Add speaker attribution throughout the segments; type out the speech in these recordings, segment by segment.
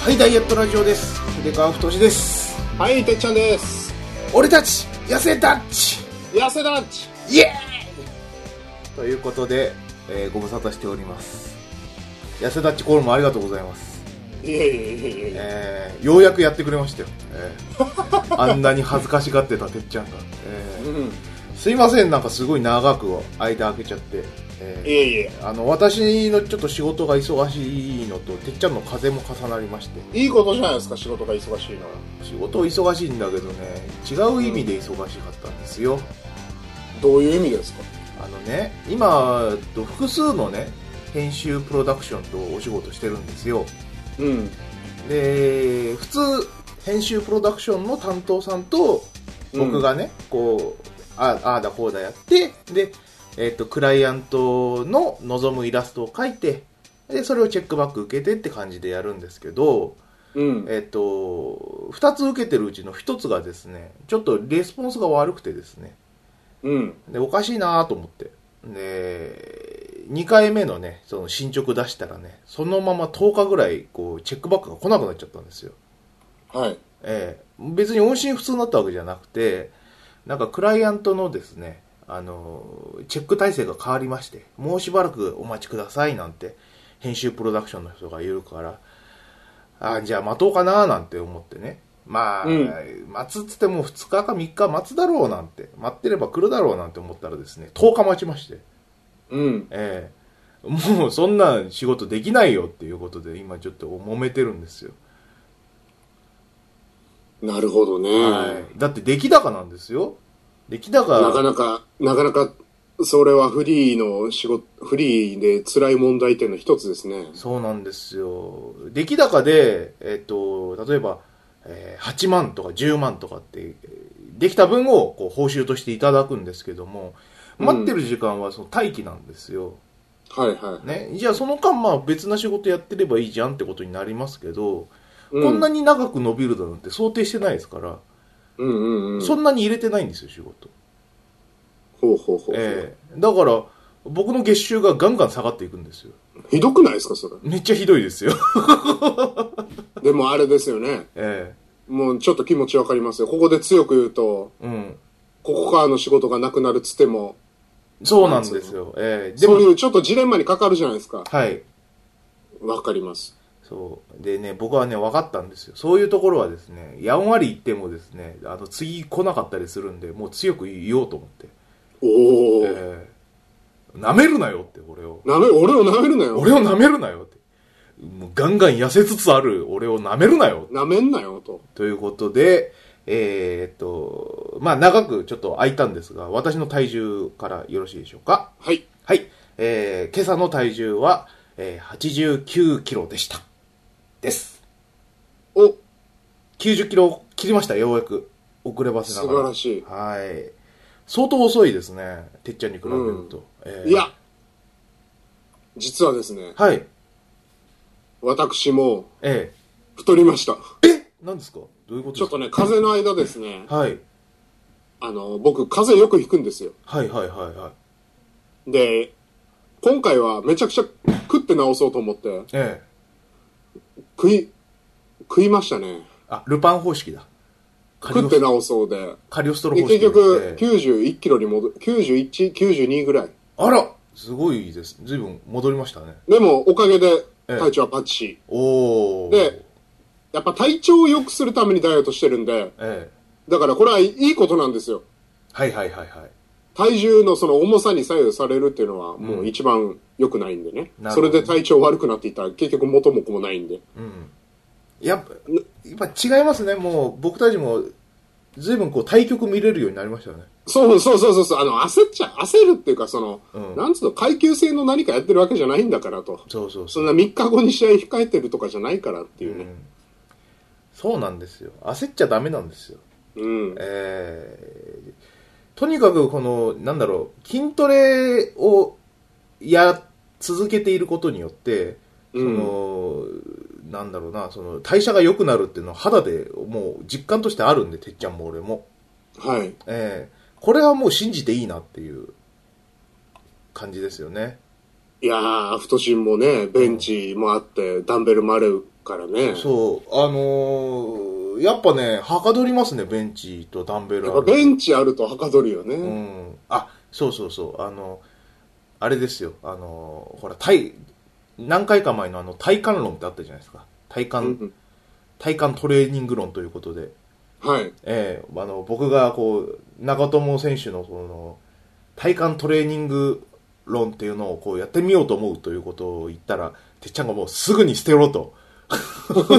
Speaker 1: はい、ダイエットラジオです。筆川太志です。
Speaker 2: はい、てっちゃんです。
Speaker 1: 俺たち、痩せたっち
Speaker 2: 痩せランチ。
Speaker 1: イエーイということで、えーご無沙汰しております。痩せたっちコールもありがとうございます。
Speaker 2: いやいやいやいやいや。
Speaker 1: えーようやくやってくれましたよ。え ーあんなに恥ずかしがってたてっちゃんが。えー
Speaker 2: うん。
Speaker 1: すいません、なんかすごい長く間開けちゃって。えー
Speaker 2: いやいや。
Speaker 1: あの私のちょっと仕事が忙しいのとてっちゃんの風邪も重なりまして
Speaker 2: いいことじゃないですか、仕事が忙しいのは。
Speaker 1: 仕事忙しいんだけどね違う意味で忙しかったんですよ
Speaker 2: どういう意味ですか
Speaker 1: あのね今えっと複数のね編集プロダクションとお仕事してるんですよ
Speaker 2: うん。
Speaker 1: で普通編集プロダクションの担当さんと僕がね、こうあああだこうだやってで、えっとクライアントの望むイラストを描いてでそれをチェックバック受けてって感じでやるんですけど
Speaker 2: うん。
Speaker 1: えっと、2つ受けてるうちの1つがですねちょっとレスポンスが悪くてですね
Speaker 2: うん。
Speaker 1: でおかしいなと思ってで2回目のねその進捗出したらねそのまま10日ぐらいこうチェックバックが来なくなっちゃったんですよ、
Speaker 2: はい。
Speaker 1: ええ別に音信不通になったわけじゃなくてなんかクライアントのですねあのチェック体制が変わりましてもうしばらくお待ちくださいなんて編集プロダクションの人が言うからあじゃあ待とうかななんて思ってねまあ、
Speaker 2: うん
Speaker 1: 待つっつっても2日か3日待つだろうなんて待ってれば来るだろうなんて思ったらですね10日待ちまして、
Speaker 2: うん。
Speaker 1: ええもうそんな仕事できないよっていうことで今ちょっと揉めてるんですよ、
Speaker 2: なるほどね。
Speaker 1: はい、だって出来高なんですよ出来高
Speaker 2: なかなか、なかなか、それはフリーの仕事、フリーで辛い問題点の一つですね。
Speaker 1: そうなんですよ出来高で、えっと例えば、えー8万とか10万とかってえーできた分をこう報酬としていただくんですけども
Speaker 2: うん
Speaker 1: 待ってる時間はその待機なんですよ、
Speaker 2: はいは
Speaker 1: ね、じゃあその間まあ別な仕事やってればいいじゃんってことになりますけど、
Speaker 2: い。う
Speaker 1: こんな
Speaker 2: に。
Speaker 1: に長く伸びるだなんて想定してないですから、
Speaker 2: うんうんうん。
Speaker 1: そんなに入れてないんですよ仕事、
Speaker 2: ほうほうほう。
Speaker 1: ええだから僕の月収がガンガン下がっていくんですよ
Speaker 2: ひどくないですか、それ。
Speaker 1: めっちゃひどいですよ、
Speaker 2: でもあれですよね。
Speaker 1: え
Speaker 2: もうちょっと気持ちわかりますよ。ここで強く言うと、
Speaker 1: えうん
Speaker 2: ここからの仕事がなくなるっつっても、
Speaker 1: そうなんですよ。ええで
Speaker 2: そう
Speaker 1: も、
Speaker 2: いうちょっとジレンマにかかるじゃないですか。
Speaker 1: はい。
Speaker 2: わかります。
Speaker 1: そう。でね、僕はね、分かったんですよ。そういうところはですね、やんわり言ってもですね、あの、次来なかったりするんで、もう強く言おうと思って。
Speaker 2: おお、
Speaker 1: ええ舐めるなよって、俺を。
Speaker 2: なめ、俺を舐めるなよ。
Speaker 1: 俺を舐めるなよって。もうガンガン痩せつつある俺を舐めるなよ。
Speaker 2: 舐めんなよ、と。
Speaker 1: ということで、えーっと、まあ、長くちょっと空いたんですが、私の体重からよろしいでしょうか。
Speaker 2: はい。
Speaker 1: はい。えー、今朝の体重は、えー、89キロでした。です。
Speaker 2: お、
Speaker 1: 90キロを切りました、ようやく。遅ればせな
Speaker 2: 素
Speaker 1: が
Speaker 2: 晴
Speaker 1: ら。
Speaker 2: らし
Speaker 1: はい。相当遅いですね。てっちゃんに比べると。えー
Speaker 2: い。い。や、実はですね、
Speaker 1: はい。
Speaker 2: 私も
Speaker 1: え
Speaker 2: 太りました。
Speaker 1: ー、え何ですかどういうこと
Speaker 2: ちょ
Speaker 1: で
Speaker 2: っ
Speaker 1: すか
Speaker 2: とね、風邪の間ですね、
Speaker 1: はい。
Speaker 2: あの、僕、風邪よくひくんですよ。
Speaker 1: はいはいはいはい。
Speaker 2: で、今回はめちゃくちゃ食って治そうと思って、
Speaker 1: え
Speaker 2: 食い、食いましたね。
Speaker 1: ー、あ、ルパン方式だ。カリ
Speaker 2: 食
Speaker 1: オ
Speaker 2: って
Speaker 1: ス
Speaker 2: 治そうで。
Speaker 1: カリオストロ
Speaker 2: で
Speaker 1: 方式
Speaker 2: 結
Speaker 1: ですね。
Speaker 2: 局、91キロに戻る、91、92ぐらい。
Speaker 1: あらすごいです。随分戻りましたね。
Speaker 2: でも、おかげで、
Speaker 1: ええ
Speaker 2: 体調はパッチリ。
Speaker 1: おー。
Speaker 2: で、やっぱ体調を良くするためにダイエットしてるんで、
Speaker 1: え
Speaker 2: だからこれはいいことなんですよ。
Speaker 1: ー、はいはいはいはい。
Speaker 2: 体重のその重さに左右されるっていうのはもう一番良くないんでね。
Speaker 1: なるほ
Speaker 2: そ
Speaker 1: ど
Speaker 2: れで体調悪くなっていたら結局元も子もないんで。
Speaker 1: うん、やっぱやっぱ違いますね、もう僕たちもずいぶんこう対局見れるようになりましたよね。
Speaker 2: そうそうそうそうそう、あの焦っちゃ、焦るっていうかその、
Speaker 1: うん
Speaker 2: なんつうの、階級制の何かやってるわけじゃないんだからと。
Speaker 1: そうそう
Speaker 2: そ
Speaker 1: そ
Speaker 2: ん
Speaker 1: う。
Speaker 2: な3日後に試合控えてるとかじゃないからっていう
Speaker 1: う
Speaker 2: ね。
Speaker 1: んそうなんですよ。焦っちゃダメなんですよ。
Speaker 2: うん。
Speaker 1: えーとにかくこの、なんだろう、筋トレをや、続けていることによって、その、なんだろうな、その、代謝が良くなるっていうのは肌でもう実感としてあるんで、てっちゃんも俺も。
Speaker 2: はい。
Speaker 1: えーこれはもう信じていいなっていう感じですよね。
Speaker 2: いやー、アフトシンもね、ベンチもあって、ダンベルもあるからね。
Speaker 1: そう、あのーやっぱね、はかどりますね、ベンチとダンベル
Speaker 2: やっ
Speaker 1: ある
Speaker 2: ぱベンチあるとはかどるよね。
Speaker 1: うん、あそうそうそうあのあれですよあのほら体何回か前のあの体幹論ってあったじゃないですか体幹、
Speaker 2: うん
Speaker 1: 体幹トレーニング論ということで、
Speaker 2: はい。
Speaker 1: ええあの僕がこう長友選手のこの体幹トレーニング論っていうのをこうやってみようと思うということを言ったらてっちゃんがもうすぐに捨てろと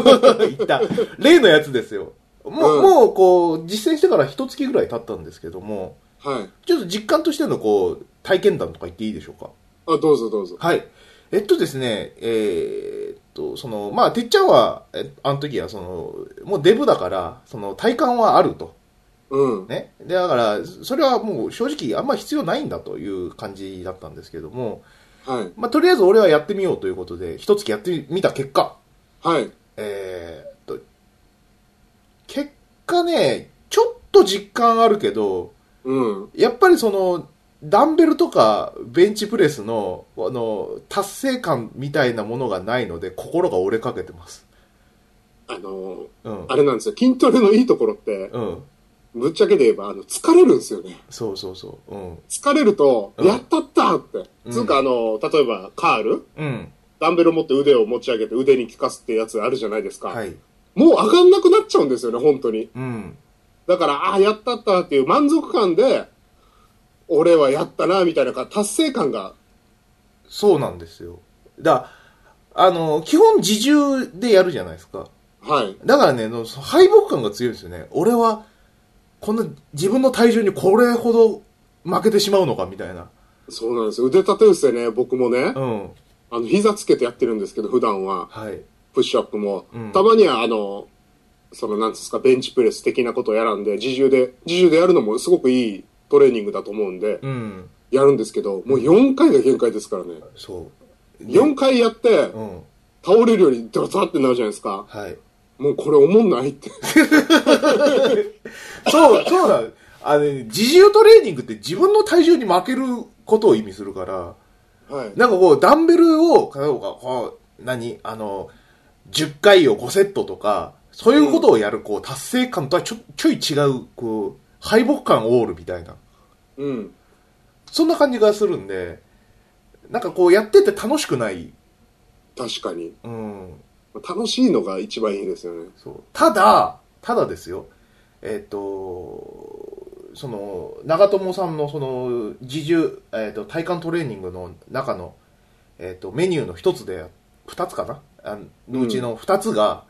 Speaker 1: 言った例のやつですよもう,、
Speaker 2: うん
Speaker 1: もうこう実践してから一月ぐらい経ったんですけども、
Speaker 2: はい。
Speaker 1: ちょっと実感としてのこう体験談とか言っていいでしょうか。
Speaker 2: あ、どうぞどうぞ。
Speaker 1: はい。えっとですね、えーっと、その、まあ、てっちゃんは、えあの時は、その、もうデブだから、その、体感はあると。
Speaker 2: うん。
Speaker 1: ね。で、だから、それはもう正直あんま必要ないんだという感じだったんですけども、
Speaker 2: はい。
Speaker 1: まあ、とりあえず俺はやってみようということで、一月やってみた結果、
Speaker 2: はい。
Speaker 1: えーっと、結果ね、ちょっと実感あるけど、
Speaker 2: うん。
Speaker 1: やっぱりその、ダンベルとかベンチプレスの、あの、達成感みたいなものがないので、心が折れかけてます。
Speaker 2: あのー
Speaker 1: うん。
Speaker 2: あれなんですよ。筋トレのいいところって、
Speaker 1: うん。
Speaker 2: ぶっちゃけで言えば、あの、疲れるんですよね。
Speaker 1: そうそうそう。うん。
Speaker 2: 疲れると、
Speaker 1: うん
Speaker 2: やったったって。
Speaker 1: うん
Speaker 2: つうか、あのー例えば、カール
Speaker 1: うん。
Speaker 2: ダンベル持って腕を持ち上げて腕に効かすってやつあるじゃないですか。
Speaker 1: はい。
Speaker 2: もう上がんなくなっちゃうんですよね、本当に。
Speaker 1: うん。
Speaker 2: だから、ああ、やったったっていう満足感で、俺はやったな、みたいなか達成感が、
Speaker 1: そうなんですよ。だ、あの、基本自重でやるじゃないですか。
Speaker 2: はい。
Speaker 1: だからね、のその敗北感が強いですよね。俺は、こんな自分の体重にこれほど負けてしまうのか、みたいな。
Speaker 2: そうなんですよ。腕立て伏せね、僕もね、
Speaker 1: うん。
Speaker 2: あの、膝つけてやってるんですけど、普段は、
Speaker 1: はい。
Speaker 2: プッシュアップも。
Speaker 1: うん
Speaker 2: たまには、あの、その、なんですか、ベンチプレス的なことをやらんで、自重で、自重でやるのもすごくいいトレーニングだと思うんで、
Speaker 1: うん。
Speaker 2: やるんですけど、もう4回が限界ですからね。
Speaker 1: そう。で
Speaker 2: 4回やって、
Speaker 1: うん。
Speaker 2: 倒れるよりドサってなるじゃないですか。
Speaker 1: はい。
Speaker 2: もうこれ思んないって。
Speaker 1: そう、そうだ。あの、自重トレーニングって自分の体重に負けることを意味するから、
Speaker 2: はい。
Speaker 1: なんかこう、ダンベルを、例えばこう、何あの、10回を5セットとか、そういうことをやる、こう、達成感とはちょ、ちょい違う、こう、敗北感オールみたいな。
Speaker 2: うん。
Speaker 1: そんな感じがするんで、なんかこう、やってて楽しくない。
Speaker 2: 確かに。
Speaker 1: うん。
Speaker 2: 楽しいのが一番いいですよね。
Speaker 1: そう。ただ、ただですよ。えっ、と、その、長友さんのその、自重、えっ、と、体幹トレーニングの中の、えっ、と、メニューの一つで、二つかなあのうちの二つが、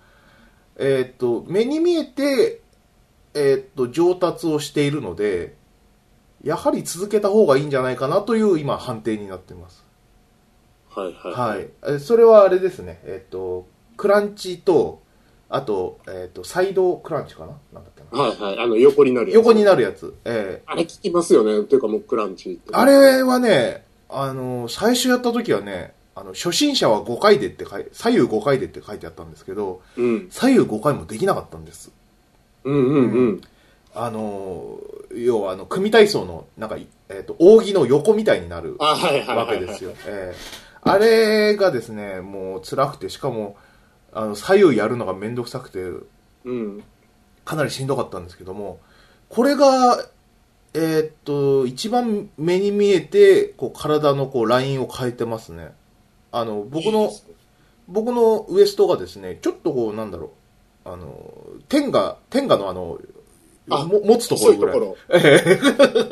Speaker 1: えっ、と、目に見えて、えっ、と、上達をしているので、やはり続けた方がいいんじゃないかなという今判定になっています。
Speaker 2: はいはい。
Speaker 1: はい。えそれはあれですね。えっ、と、クランチと、あと、えっ、と、サイドクランチかななんだっけな。
Speaker 2: はいはい。あの、横になるやつ。
Speaker 1: 横になるやつ。え
Speaker 2: あれ聞きますよね。というかもうクランチって
Speaker 1: えあれはね、あの、最初やった時はね、あの、初心者は5回でって書い、左右5回でって書いてあったんですけど、
Speaker 2: うん。
Speaker 1: 左右5回もできなかったんです。
Speaker 2: うんうんうん。
Speaker 1: あの、要はあの、組体操の、なんか、いえっ、と、扇の横みたいになる
Speaker 2: あ、はいはいは
Speaker 1: わ
Speaker 2: いは
Speaker 1: け
Speaker 2: い。
Speaker 1: ですよ。ええあれがですね、もう辛くて、しかも、あの、左右やるのがめんどくさくて、
Speaker 2: うん。
Speaker 1: かなりしんどかったんですけども、これが、えーっと、一番目に見えて、こう、体のこう、ラインを変えてますね。あの、僕
Speaker 2: いい
Speaker 1: の
Speaker 2: で、すね
Speaker 1: 僕のウエストがですね、ちょっとこう、なんだろう、あの、天下、天下のあの、
Speaker 2: あ
Speaker 1: も持つとこ
Speaker 2: 細
Speaker 1: ろ
Speaker 2: いと
Speaker 1: ぐら
Speaker 2: こ
Speaker 1: い。
Speaker 2: ろ。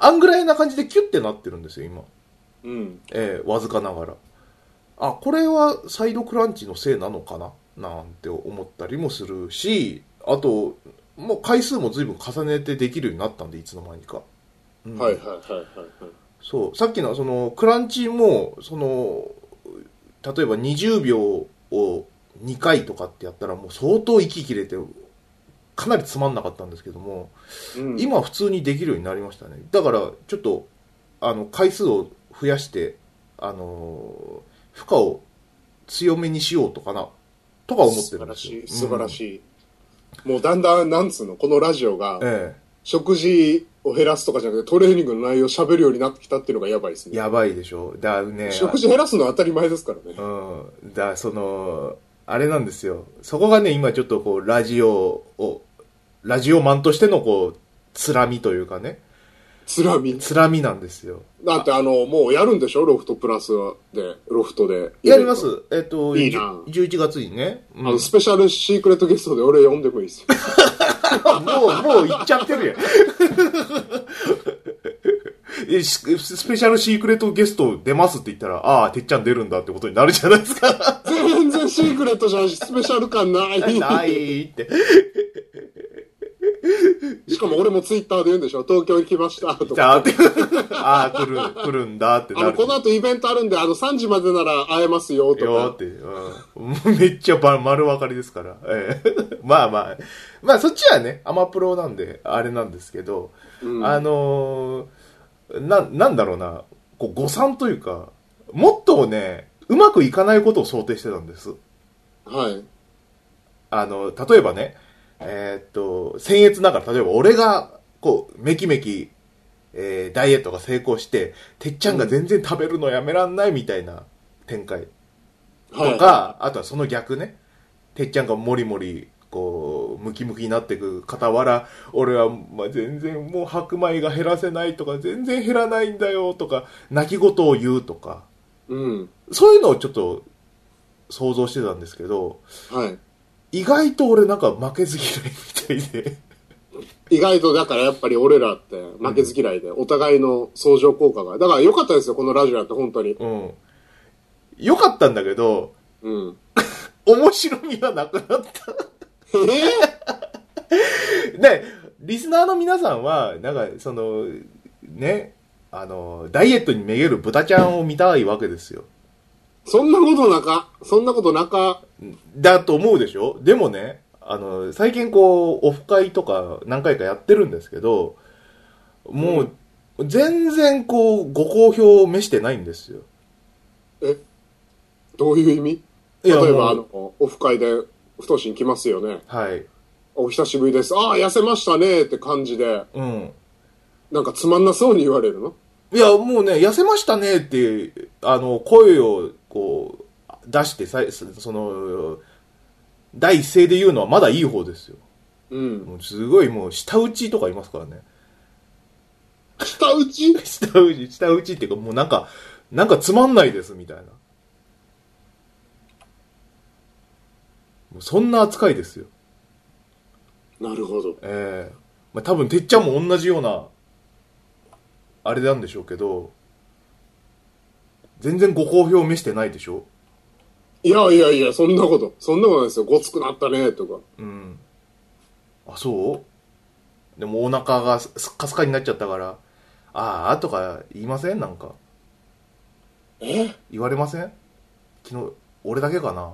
Speaker 1: あんぐらいな感じでキュッてなってるんですよ、今。
Speaker 2: うん。
Speaker 1: ええわずかながら。あ、これはサイドクランチのせいなのかななんて思ったりもするし、あと、もう回数も随分重ねてできるようになったんで、いつの間にか。うん
Speaker 2: はいはいはいはいはい。
Speaker 1: そう。さっきのその、クランチも、その、例えば20秒を2回とかってやったらもう相当息切れて、かなりつまんなかったんですけども、
Speaker 2: うん、
Speaker 1: 今普通にできるようになりましたね。だから、ちょっと、あの、回数を増やして、あのー負荷を強めにしようとかな、とか思って
Speaker 2: 素
Speaker 1: る
Speaker 2: 晴
Speaker 1: んで
Speaker 2: ら
Speaker 1: す
Speaker 2: し
Speaker 1: よ。
Speaker 2: い、素晴ら
Speaker 1: い。
Speaker 2: しい。もうだんだん、なんつうの、このラジオが、
Speaker 1: え
Speaker 2: 食事を減らすとかじゃなくて、トレーニングの内容を喋るようになってきたっていうのがやばいです
Speaker 1: え、
Speaker 2: ね。
Speaker 1: やばいでしょ。だからね、
Speaker 2: 食事減らすのは当たり前ですからね。
Speaker 1: うん。だ、その、あれなんですよ。そこがね、今ちょっとこう、ラジオを、ラジオマンとしてのこう、つらみというかね、
Speaker 2: つらみ。
Speaker 1: つらみなんですよ。
Speaker 2: だってあの、もうやるんでしょロフトプラスで、ロフトで。
Speaker 1: やります。えっと、
Speaker 2: いいな
Speaker 1: 11月にね。う
Speaker 2: あ
Speaker 1: ん
Speaker 2: の、スペシャルシークレットゲストで俺呼んでもいいですよ。
Speaker 1: もう、もう行っちゃってるやん えしスペシャルシークレットゲスト出ますって言ったら、ああ、てっちゃん出るんだってことになるじゃないですか。
Speaker 2: 全然シークレットじゃんし、スペシャル感ない。
Speaker 1: ないって。
Speaker 2: しかも俺もツイッターで言うんでしょ東京行きましたと
Speaker 1: じ
Speaker 2: か。
Speaker 1: ゃあ、ってああ、来る、来るんだって
Speaker 2: あ
Speaker 1: な
Speaker 2: の、
Speaker 1: る。
Speaker 2: この後イベントあるんで、あの、3時までなら会えますよと
Speaker 1: よー
Speaker 2: か
Speaker 1: っ。て、うん、 めっちゃば丸分かりですから、ええ、 まあまあ、まあそっちはね、アマプロなんで、あれなんですけど、
Speaker 2: うん
Speaker 1: あのーな、なんだろうな、こう誤算というか、もっとね、うまくいかないことを想定してたんです。
Speaker 2: はい。
Speaker 1: あの、例えばね、えーっと、僭越ながら、例えば俺が、こう、めきめき、えーダイエットが成功して、てっちゃんが全然食べるのやめらんないみたいな展開。
Speaker 2: はい。
Speaker 1: とか、あとはその逆ね。てっちゃんがもりもり、こう、ムキムキになっていく傍ら、俺は、まあ、全然もう白米が減らせないとか、全然減らないんだよとか、泣き言を言うとか、
Speaker 2: うん。
Speaker 1: そういうのをちょっと想像してたんですけど、
Speaker 2: はい。
Speaker 1: 意外と俺なんか負けず嫌いみたいで、
Speaker 2: 意外とだからやっぱり俺らって負けず嫌いで、お互いの相乗効果が。だから良かったですよ、このラジオやって本当に。
Speaker 1: うん。良かったんだけど、
Speaker 2: うん。
Speaker 1: 面白みはなくなった。
Speaker 2: え ー
Speaker 1: で、リスナーの皆さんは、なんか、その、ね、あの、ダイエットにめげる豚ちゃんを見たいわけですよ。
Speaker 2: そんなことなか、そんなことなか、
Speaker 1: だと思うでしょでもね、あの、最近こう、オフ会とか何回かやってるんですけど、もう、全然こう、ご好評を召してないんですよ。
Speaker 2: どういう意味
Speaker 1: い
Speaker 2: 例え
Speaker 1: やもう
Speaker 2: ば、あの、オフ会で、太しに来ますよね。
Speaker 1: はい。
Speaker 2: お久しぶりです。ああ、痩せましたねって感じで、
Speaker 1: うん。
Speaker 2: なんかつまんなそうに言われるの
Speaker 1: いや、もうね、痩せましたねって、あの、声を、こう、出してさ、その、第一声で言うのはまだいい方ですよ。
Speaker 2: うん。
Speaker 1: もうすごいもう、下打ちとかいますからね。
Speaker 2: 下打ち
Speaker 1: 下打ち、下打ちっていうか、もうなんか、なんかつまんないです、みたいな。もうそんな扱いですよ。
Speaker 2: なるほど。
Speaker 1: ええまあ多分、てっちゃんも同じような、あれなんでしょうけど、全然ご好評を召してないでしょ
Speaker 2: いやいやいや、そんなこと。そんなことないですよ。ごつくなったねとか。
Speaker 1: うん。あ、そうでもお腹がすすっかすかになっちゃったから、ああ、とか言いませんなんか。
Speaker 2: え
Speaker 1: 言われません昨日、俺だけかな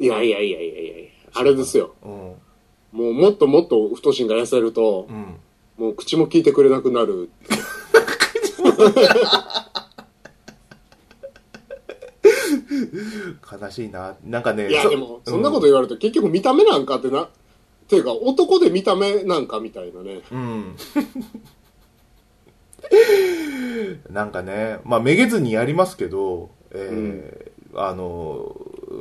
Speaker 1: い
Speaker 2: やいやいやいやいやいやあれですよ。
Speaker 1: うん。
Speaker 2: もうもっともっと太しんが痩せると、
Speaker 1: うん。
Speaker 2: もう口も聞いてくれなくなる。
Speaker 1: 悲しいな。なんかね、
Speaker 2: いや、
Speaker 1: そ
Speaker 2: でも、そんなこと言われると結局見た目なんかってな、っていうか男で見た目なんかみたいなね。
Speaker 1: うん。なんかね、まあ、めげずにやりますけど、えーあの、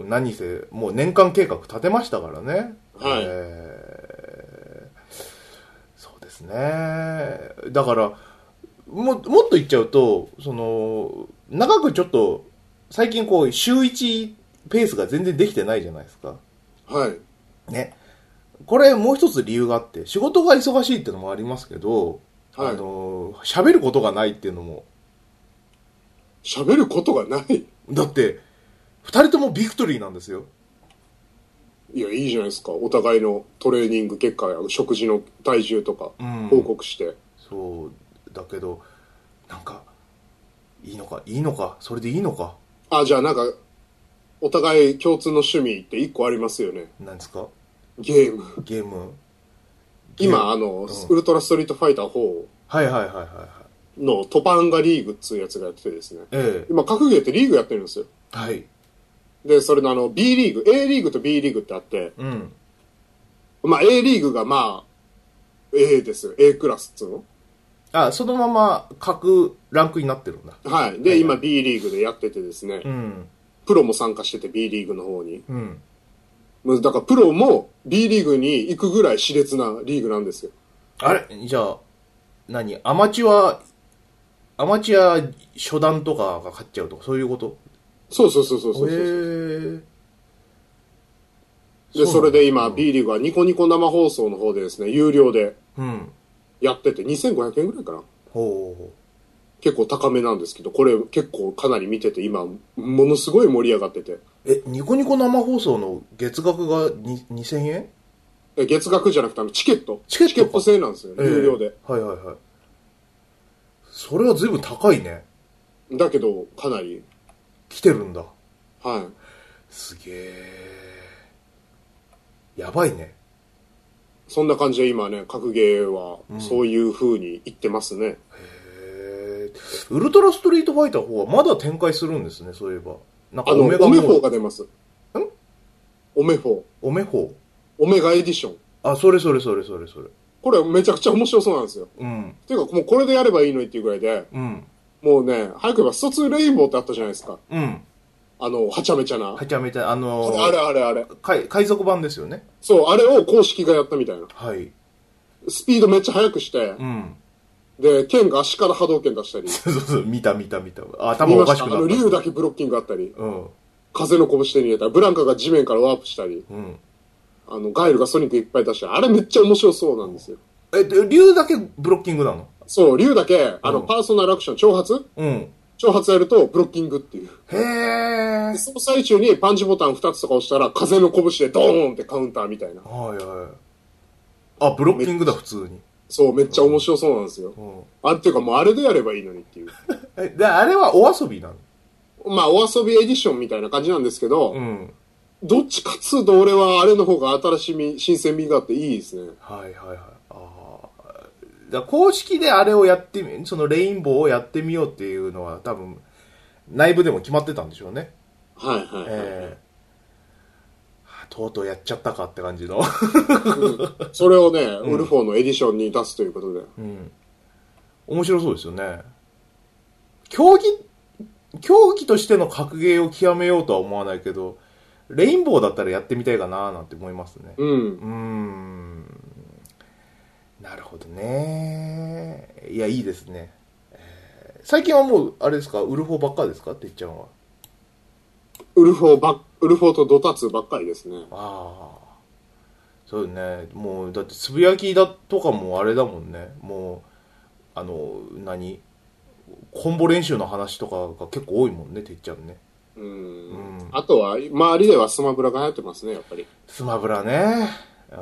Speaker 1: 何せ、もう年間計画立てましたからね。
Speaker 2: はい
Speaker 1: えーそうですね。だから、も、もっと言っちゃうと、その、長くちょっと、最近こう、週1ペースが全然できてないじゃないですか。
Speaker 2: はい。
Speaker 1: ね。これもう一つ理由があって、仕事が忙しいってのもありますけど、
Speaker 2: はい
Speaker 1: あの、喋ることがないっていうのも。
Speaker 2: 喋ることがない。
Speaker 1: だって、二人ともビクトリーなんですよ。
Speaker 2: いや、いいじゃないですか。お互いのトレーニング結果や食事の体重とか
Speaker 1: うん
Speaker 2: 報告して。
Speaker 1: そう、だけど、なんか、いいのか、いいのか、それでいいのか。
Speaker 2: あ、じゃあなんか、お互い共通の趣味って一個ありますよね。
Speaker 1: なんですか
Speaker 2: ゲーム。
Speaker 1: ゲーム
Speaker 2: 今、あ
Speaker 1: う
Speaker 2: の、
Speaker 1: ん
Speaker 2: ウルトラストリートファイター4
Speaker 1: はいはいはいはいはい。
Speaker 2: のトパンガリーグっつうやつがやっててですね。
Speaker 1: ええ
Speaker 2: 今、格ゲーってリーグやってるんですよ。
Speaker 1: はい。
Speaker 2: で、それのあの、B リーグ、A リーグと B リーグってあって、
Speaker 1: うん。
Speaker 2: まあ A リーグがまあ、A ですよ。A クラスっつうの
Speaker 1: あ、そのまま各ランクになってるんだ。
Speaker 2: はい。
Speaker 1: は
Speaker 2: で、
Speaker 1: い
Speaker 2: 今 B リーグでやっててですね
Speaker 1: う。ん。
Speaker 2: プロも参加してて B リーグの方に。
Speaker 1: うん。
Speaker 2: まあだからプロも B リーグに行くぐらい熾烈なリーグなんですよ。
Speaker 1: あれじゃあ、何アマチュア、アマチュア初段とかが勝っちゃうとか、そういうこと
Speaker 2: そうそうそうそうそうそう。
Speaker 1: へえ
Speaker 2: で、それで今、
Speaker 1: うん
Speaker 2: B リーグはニコニコ生放送の方でですね、有料で
Speaker 1: うん。
Speaker 2: やってて、2500円ぐらいかな。
Speaker 1: ほ
Speaker 2: 結構高めなんですけど、これ結構かなり見てて、今、ものすごい盛り上がってて。
Speaker 1: う。え、ニコニコ生放送の月額がに2000円
Speaker 2: え月額じゃなくて、あの、チケット。
Speaker 1: チケットか
Speaker 2: 制なんですよね、有料で。。
Speaker 1: ええはいはいはい。それは随分高いね。
Speaker 2: だけど、かなり、
Speaker 1: 来てるんだ。
Speaker 2: は
Speaker 1: すげえ。やばいね。
Speaker 2: い。そんな感じで今ね、格ゲーは
Speaker 1: う、ん
Speaker 2: そういう風に言ってますね。
Speaker 1: へーウルトラストリートファイター4はまだ展開するんですね、そういえば。なんか
Speaker 2: あの、
Speaker 1: オメガ
Speaker 2: オ
Speaker 1: モ
Speaker 2: メフォー
Speaker 1: ード。
Speaker 2: が出ます。んオメフォー。
Speaker 1: オメ4。
Speaker 2: オメガエディション。
Speaker 1: あ、それそれそれそれそれ。
Speaker 2: これめちゃくちゃ面白そうなんですよ。
Speaker 1: うん、
Speaker 2: ていうか、もうこれでやればいいのにっていうぐらいで、
Speaker 1: うん、
Speaker 2: もうね、早く言えば、スト2レインボーってあったじゃないですか。
Speaker 1: うん。
Speaker 2: あの、はちゃめちゃな。
Speaker 1: はちゃめちゃ、あの
Speaker 2: あれあれあれ。
Speaker 1: 海、海賊版ですよね。
Speaker 2: そう、あれを公式がやったみたいな。
Speaker 1: はい。
Speaker 2: スピードめっちゃ速くして
Speaker 1: う、ん。
Speaker 2: で、剣が足から波動拳出したり、
Speaker 1: そうそう、見た見た見た。あ頭
Speaker 2: 見
Speaker 1: お
Speaker 2: ま
Speaker 1: か
Speaker 2: し
Speaker 1: したく
Speaker 2: あ
Speaker 1: なった。
Speaker 2: の、竜だけブロッキングあったり、
Speaker 1: うん、
Speaker 2: 風の拳手に入れたり、ブランカが地面からワープしたり、
Speaker 1: うん。
Speaker 2: あの、ガイルがソニックいっぱい出したり、あれめっちゃ面白そうなんですよ。
Speaker 1: え、で竜だけブロッキングなの
Speaker 2: そう、竜だけ、あの、
Speaker 1: うん
Speaker 2: パーソナルアクション、挑発
Speaker 1: うん。
Speaker 2: 挑発やると、ブロッキングっていう。
Speaker 1: へえ。
Speaker 2: でその最中にパンチボタン2つとか押したら、風の拳でドーンってカウンターみたいな。
Speaker 1: はいはい。あ、ブロッキングだ、普通に。
Speaker 2: そう、めっちゃ面白そうなんですよ。
Speaker 1: うん。
Speaker 2: あ、っていうかもうあれでやればいいのにっていう。
Speaker 1: え、で、あれはお遊びなの
Speaker 2: まあ、お遊びエディションみたいな感じなんですけど、
Speaker 1: うん。
Speaker 2: どっちかっつうと俺はあれの方が新しみ、新鮮味があっていいですね。
Speaker 1: はいはいはい。ああ。だから公式であれをやってみ、そのレインボーをやってみようっていうのは多分、内部でも決まってたんでしょうね。
Speaker 2: はいはいはい。
Speaker 1: ええはあとうとうやっちゃったかって感じの。
Speaker 2: うんそれをね、ウルフォーのエディションに出すということで。
Speaker 1: うん。面白そうですよね。競技、競技としての格ゲーを極めようとは思わないけど、レインボーだったらやってみたいかなーなんて思いますね。
Speaker 2: うん
Speaker 1: う。ーんなるほどね。いや、いいですね。えー最近はもう、あれですか、売る方ばっかですかてっちゃんは。
Speaker 2: ウルフォーばっ、ウルフォーとドタツばっかりですね。
Speaker 1: ああ。そうね。もう、だって、つぶやきだとかもあれだもんね。もう、あの、何コンボ練習の話とかが結構多いもんね、てっちゃんね。
Speaker 2: うん。
Speaker 1: うん
Speaker 2: あとは、周りではスマブラが流行ってますね、やっぱり。
Speaker 1: スマブラね。あ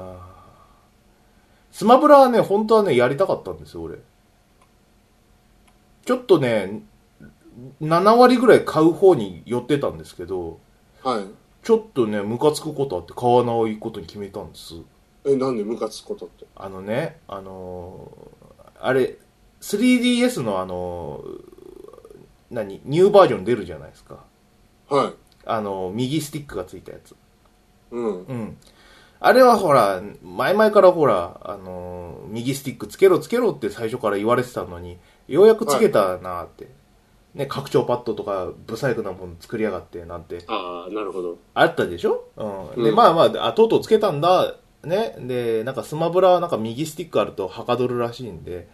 Speaker 1: ースマブラはね、本当はね、やりたかったんですよ、俺。ちょっとね、7割ぐらい買う方に寄ってたんですけど、
Speaker 2: はい。
Speaker 1: ちょっとね、ムカつくことあって買わないことに決めたんです。
Speaker 2: え、なんでムカつくことって。
Speaker 1: あのね、あのーあれ、3DS のあのー何、ニューバージョン出るじゃないですか。
Speaker 2: はい。
Speaker 1: あのー右スティックがついたやつ。
Speaker 2: うん。
Speaker 1: うん。あれはほら、前々からほら、あのー右スティックつけろつけろって最初から言われてたのに、ようやくつけたなーって。ね、拡張パッドとか、ブサイクなもの作りやがって、なんて。
Speaker 2: ああ、なるほど。
Speaker 1: あったでしょうん。で、
Speaker 2: うん
Speaker 1: まあまあ、あ、とうとうつけたんだ。ね。で、なんかスマブラはなんか右スティックあるとはかどるらしいんで、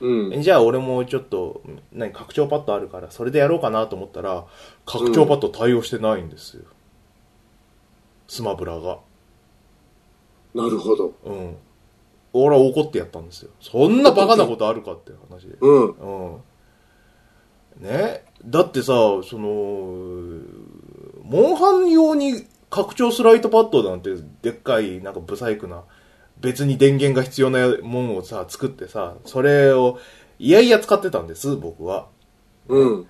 Speaker 2: うん。
Speaker 1: じゃあ俺もちょっと、何、拡張パッドあるから、それでやろうかなと思ったら、拡張パッド対応してないんですよ。スマブラが。
Speaker 2: なるほど。
Speaker 1: うん。俺は怒ってやったんですよ。そんなバカなことあるかっていう話で。
Speaker 2: うん。
Speaker 1: うん。ねだってさ、その、モンハン用に拡張スライトパッドなんて、でっかい、なんかブサイクな、別に電源が必要なもんをさ、作ってさ、それを、いやいや使ってたんです、僕は。
Speaker 2: うん。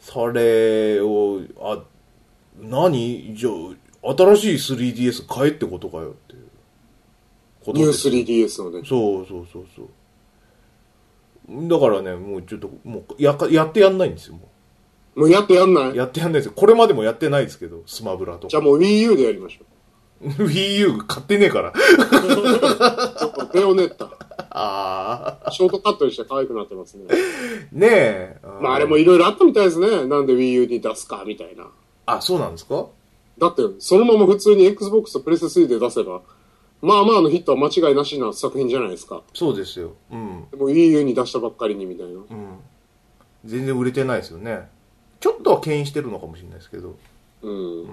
Speaker 1: それを、あ、何じゃあ、新しい 3DS 買えってことかよっていう。こと
Speaker 2: ニュ
Speaker 1: で
Speaker 2: ー
Speaker 1: す
Speaker 2: 3DS のね。
Speaker 1: そうそうそうそう。だからね、もうちょっと、もうやか、やってやんないんですよ、も
Speaker 2: もうやってやんな
Speaker 1: う。
Speaker 2: い
Speaker 1: やってやんないですよ。これまでもやってないですけど、スマブラと
Speaker 2: じゃ
Speaker 1: か
Speaker 2: あ。もう Wii U でやりましょ
Speaker 1: Wii U 買ってねえから。
Speaker 2: う。ベヨネッタ。
Speaker 1: ああ。
Speaker 2: ショートカットにして可愛くなってますね。
Speaker 1: ねえ。
Speaker 2: まああれもいろいろあったみたいですね。なんで Wii U に出すか、みたいな。
Speaker 1: あ、そうなんですか
Speaker 2: だって、そのまま普通に Xbox とプレステ3で出せば、まあまあのヒットは間違いなしな作品じゃないですか。
Speaker 1: そうですよ。うん。
Speaker 2: でも Wii U に出したばっかりにみたいな。
Speaker 1: うん。全然売れてないですよね。ちょっとは牽引してるのかもしれないですけど。
Speaker 2: うん。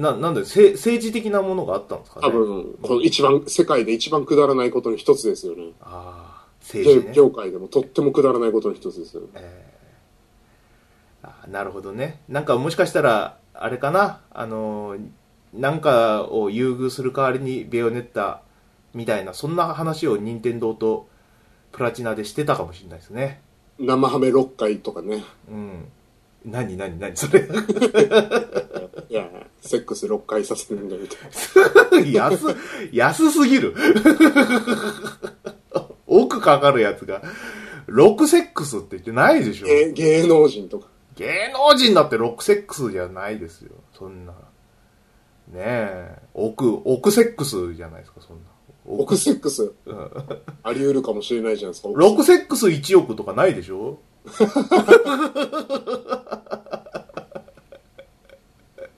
Speaker 1: な、なんで、せ政治的なものがあったんですかね。
Speaker 2: 多分、この一番、世界で一番くだらないことの一つですよね。
Speaker 1: ああ、
Speaker 2: ゲ
Speaker 1: 政
Speaker 2: ー
Speaker 1: 治
Speaker 2: ム
Speaker 1: ね。
Speaker 2: 業界でもとってもくだらないことの一つですよね。
Speaker 1: あなるほどね。なんかもしかしたら、あれかな、あのー、なんかを優遇する代わりにベヨネッタみたいな、そんな話を任天堂とプラチナでしてたかもしれないですね。
Speaker 2: 生ハメ6回とか ね。
Speaker 1: うん。何何何それ。
Speaker 2: いや、セックス6回させるんだみたいな。
Speaker 1: 安、安すぎる。 奥かかるやつが、ロックセックスって言ってないでしょ。
Speaker 2: 芸 芸能人とか。
Speaker 1: 芸能人だってロックセックスじゃないですよ。そんな。ねえ。奥、奥セックスじゃないですか、そんな。
Speaker 2: 奥セックス。あり得るかもしれないじゃないですか。
Speaker 1: ロックセックス1億とかないでしょ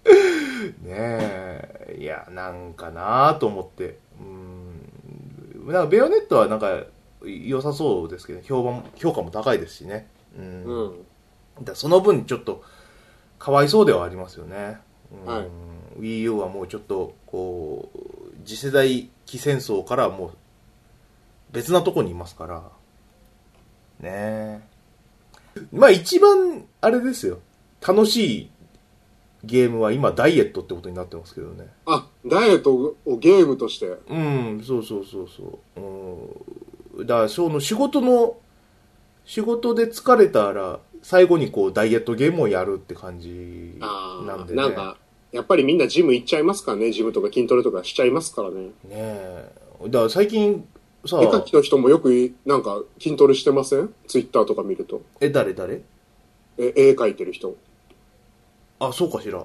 Speaker 1: ねえ。いや、なんかなあと思って。うん。なんかベヨネットはなんか良さそうですけど、評判、評価も高いですしね。うん。
Speaker 2: うん。
Speaker 1: だその分ちょっとかわいそうではありますよね、うん
Speaker 2: はい
Speaker 1: Wii U はもうちょっとこう次世代機戦争からはもう別なとこにいますからねえまあ一番あれですよ楽しいゲームは今ダイエットってことになってますけどね
Speaker 2: あ、ダイエットをゲームとして。
Speaker 1: うんそうそうそうそう、うん、だからその仕事の仕事で疲れたら最後にこうダイエットゲームをやるって感じ
Speaker 2: あ
Speaker 1: なん
Speaker 2: あ、
Speaker 1: でね
Speaker 2: なんか、やっぱりみんなジム行っちゃいますからね。ジムとか筋トレとかしちゃいますからね。
Speaker 1: ねえだから最近さ
Speaker 2: 絵描きの人もよく、なんか、筋トレしてませんツイッターとか見ると。
Speaker 1: え誰誰
Speaker 2: え絵描いてる人。
Speaker 1: あそうかしら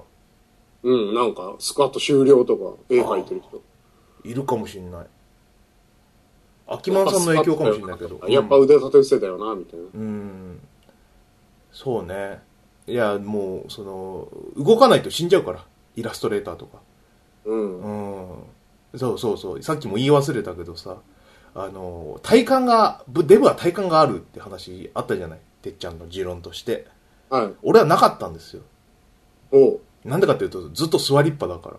Speaker 2: うん、なんか、スクワット終了とか、絵描いてる人。
Speaker 1: いるかもしんない秋満さんの影響かもしんないけど
Speaker 2: やっぱ腕立て伏せだよな、みたいな。
Speaker 1: うんそうねいやもうその動かないと死んじゃうからイラストレーターとか
Speaker 2: うん。
Speaker 1: うんそうそうそう。さっきも言い忘れたけどさ、あの、体感が、ぶデブは体感があるって話あったじゃないてっちゃんの持論として。
Speaker 2: はい。
Speaker 1: 俺はなかったんですよ。
Speaker 2: おう
Speaker 1: なんでかっていうと、ずっと座りっぱだか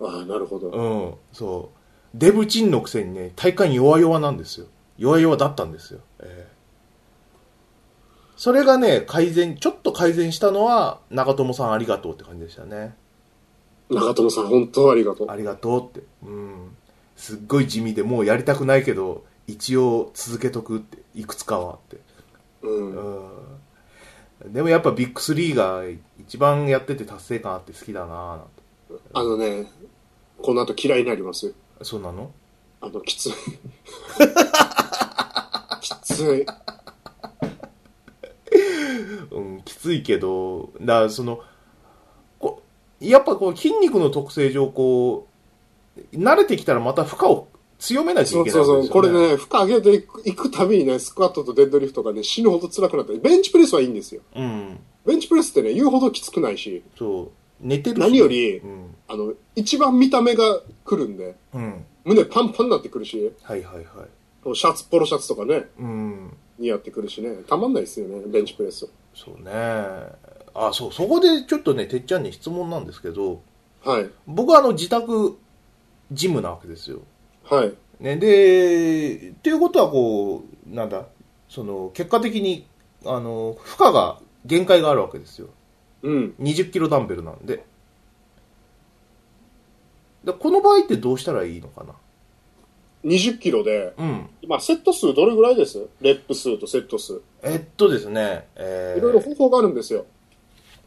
Speaker 2: ああ、なるほど。
Speaker 1: ら。うん、そう。デブチンのくせにね、体感弱々なんですよ。弱々だったんですよ。ええそれがね、改善、ちょっと改善したのは、長友さんありがとうって感じでしたね。
Speaker 2: 長友さん、本当ありがとう。
Speaker 1: ありがとうって。うん。すっごい地味で、もうやりたくないけど、一応続けとくって、いくつかはって。
Speaker 2: うん。
Speaker 1: うん。でもやっぱビッグ3が一番やってて達成感あって好きだなぁなん
Speaker 2: あのね、この後嫌いになりますよ。
Speaker 1: て。そうなの
Speaker 2: あの、きつい。きつい。
Speaker 1: うん、きついけど、だからその、こやっぱこう筋肉の特性上、こう、慣れてきたらまた負荷を強めないと
Speaker 2: そ
Speaker 1: いけないんです
Speaker 2: うそ
Speaker 1: よ、
Speaker 2: う
Speaker 1: ね。
Speaker 2: そう。これね、負荷上げていくいくたびにね、スクワットとデッドリフトがね、死ぬほど辛くなって、ベンチプレスはいいんですよ。
Speaker 1: うん。
Speaker 2: ベンチプレスってね、言うほどきつくないし、
Speaker 1: そう。寝てるし
Speaker 2: 何より
Speaker 1: うん。
Speaker 2: あの、一番見た目が来るんで、
Speaker 1: うん。
Speaker 2: 胸パンパンになってくるし、
Speaker 1: はいはいはい。
Speaker 2: シャツ、ポロシャツとかね、
Speaker 1: うん。
Speaker 2: 似合ってくるしね、たまんないですよね、ベンチプレス。
Speaker 1: そうね。あ、そう、そこでちょっとね、てっちゃんに質問なんですけど、
Speaker 2: はい。
Speaker 1: 僕はあの自宅ジムなわけですよ。
Speaker 2: はい。
Speaker 1: ね、で、っていうことはこう、なんだ、その、結果的に、あの、負荷が、限界があるわけですよ。
Speaker 2: うん。
Speaker 1: 20キロダンベルなんで。で、この場合ってどうしたらいいのかな
Speaker 2: 20キロで、
Speaker 1: うん。
Speaker 2: まあ、セット数どれぐらいですレップ数とセット数。
Speaker 1: えっとですね、え
Speaker 2: い
Speaker 1: ー
Speaker 2: ろいろ方法があるんですよ。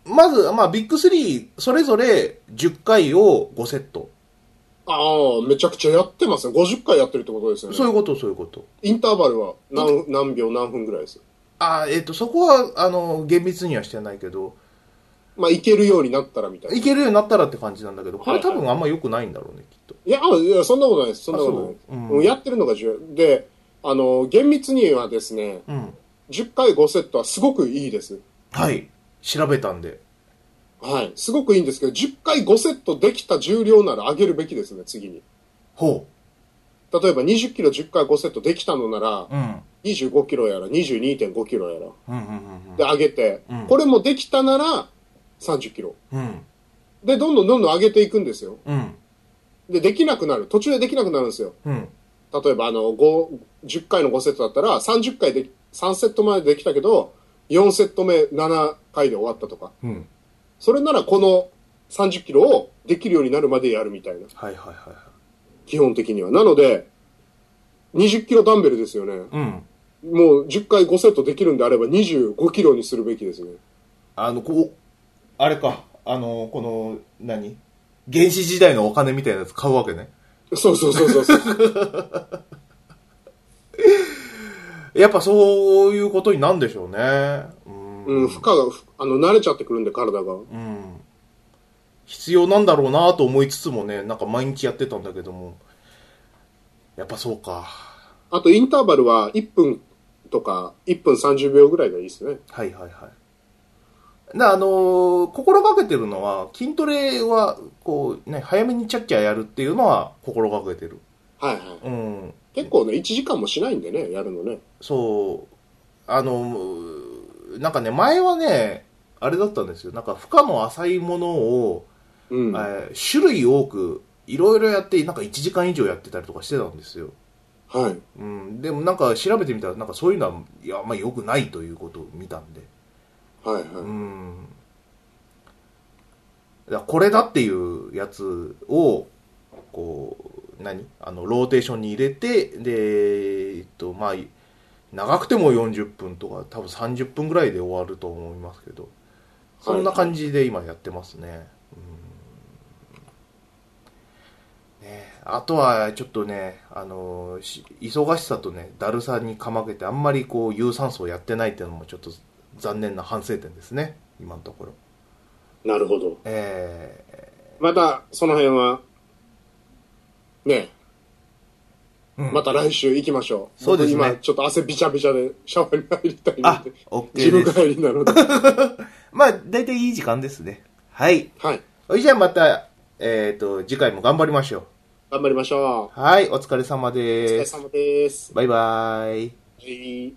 Speaker 1: まず、まあ、ビッグ3、それぞれ10回を5セット。
Speaker 2: ああ、めちゃくちゃやってますね。50回やってるってことですよね。
Speaker 1: そういうこと、そういうこと。
Speaker 2: インターバルは何何秒何分ぐらいです
Speaker 1: あーえっ、と、そこは、あの、厳密にはしてないけど、
Speaker 2: まあ、いけるようになったらみたいな。
Speaker 1: いけるようになったらって感じなんだけど、これ
Speaker 2: はいは
Speaker 1: 多
Speaker 2: い
Speaker 1: 分あんま良くないんだろうね、きっと。
Speaker 2: いや、あいやそんなことないです。そんなことないです
Speaker 1: あそううん
Speaker 2: うんやってるのが重要。で、あの、厳密にはですね、
Speaker 1: うん。
Speaker 2: 10回5セットはすごくいいです。
Speaker 1: はい。調べたんで。
Speaker 2: はい。すごくいいんですけど、10回5セットできた重量なら上げるべきですね、次に。
Speaker 1: ほ
Speaker 2: 例えば20キロ10回5セットできたのなら、
Speaker 1: う。うん。
Speaker 2: 25キロやら22.5キロやら
Speaker 1: うんうんうん
Speaker 2: で上げて、
Speaker 1: うん
Speaker 2: これもできたなら30キロ。
Speaker 1: うん。うん。
Speaker 2: で、どんどんどんどん上げていくんですよ。
Speaker 1: うん。
Speaker 2: で、できなくなる。途中でできなくなるんですよ。
Speaker 1: うん。
Speaker 2: 例えば、あの、5、10回の5セットだったら、30回で、3セット前でできたけど、4セット目7回で終わったとか。
Speaker 1: うん。
Speaker 2: それならこの30キロをできるようになるまでやるみたいな。
Speaker 1: はいはいはいは
Speaker 2: 基本的には。なので、20キロダンベルですよね。
Speaker 1: い。うん。
Speaker 2: もう10回5セットできるんであれば25キロにするべきですね。
Speaker 1: あの、こう、あれか。あの、この、何原始時代のお金みたいなやつ買うわけね。
Speaker 2: そうそうそうそうそう。
Speaker 1: やっぱそういうことになるんでしょうね。うん。
Speaker 2: うん、負荷が、ふあの、慣れちゃってくるんで、体が。
Speaker 1: うん。必要なんだろうなと思いつつもね、なんか毎日やってたんだけども。やっぱそうか。
Speaker 2: あと、インターバルは1分とか、1分30秒ぐらいがいいですね。
Speaker 1: はいはいはい。なあのー心がけてるのは、筋トレは、こう、ね、早めにチャッキャやるっていうのは心がけてる。
Speaker 2: はいはい。
Speaker 1: うん。
Speaker 2: 結構ね、1時間もしないんでね、やるのね。
Speaker 1: そう。あのーなんかね、前はね、あれだったんですよ。なんか、負荷の浅いものを、
Speaker 2: う
Speaker 1: え
Speaker 2: ん。はい
Speaker 1: ー種類多く、いろいろやって、なんか1時間以上やってたりとかしてたんですよ。。うん。でもなんか調べてみたら、なんかそういうのは、いや、あんまあ良くないということを見たんで。
Speaker 2: はいはい。
Speaker 1: うん。だからこれだっていうやつを、こう、何あの、ローテーションに入れて、で、えっと、まあ、長くても40分とか、多分30分ぐらいで終わると思いますけど、そんな感じで今やってますね。うんねあとは、ちょっとね、あの、し忙しさとね、だるさにかまけて、あんまりこう、有酸素をやってないっていうのも、ちょっと残念な反省点ですね、今のところ。
Speaker 2: なるほど。
Speaker 1: え
Speaker 2: また、その辺は、ね、
Speaker 1: ーうん
Speaker 2: また来週行きましょう。
Speaker 1: そうですね
Speaker 2: 僕今、ちょっと汗びちゃびちゃで、シャワーに入りたい
Speaker 1: あ
Speaker 2: ので、、自
Speaker 1: OK
Speaker 2: 分
Speaker 1: です。
Speaker 2: 帰りなので。
Speaker 1: まあ、だいたいいい時間ですね。はい。
Speaker 2: はい。
Speaker 1: それじゃあまた、えっ、と、次回も頑張りましょ
Speaker 2: 頑張りましょ
Speaker 1: う。はい、お疲れ様
Speaker 2: う。お疲
Speaker 1: で
Speaker 2: れ
Speaker 1: す。
Speaker 2: 様です。
Speaker 1: バイバイ。
Speaker 2: はい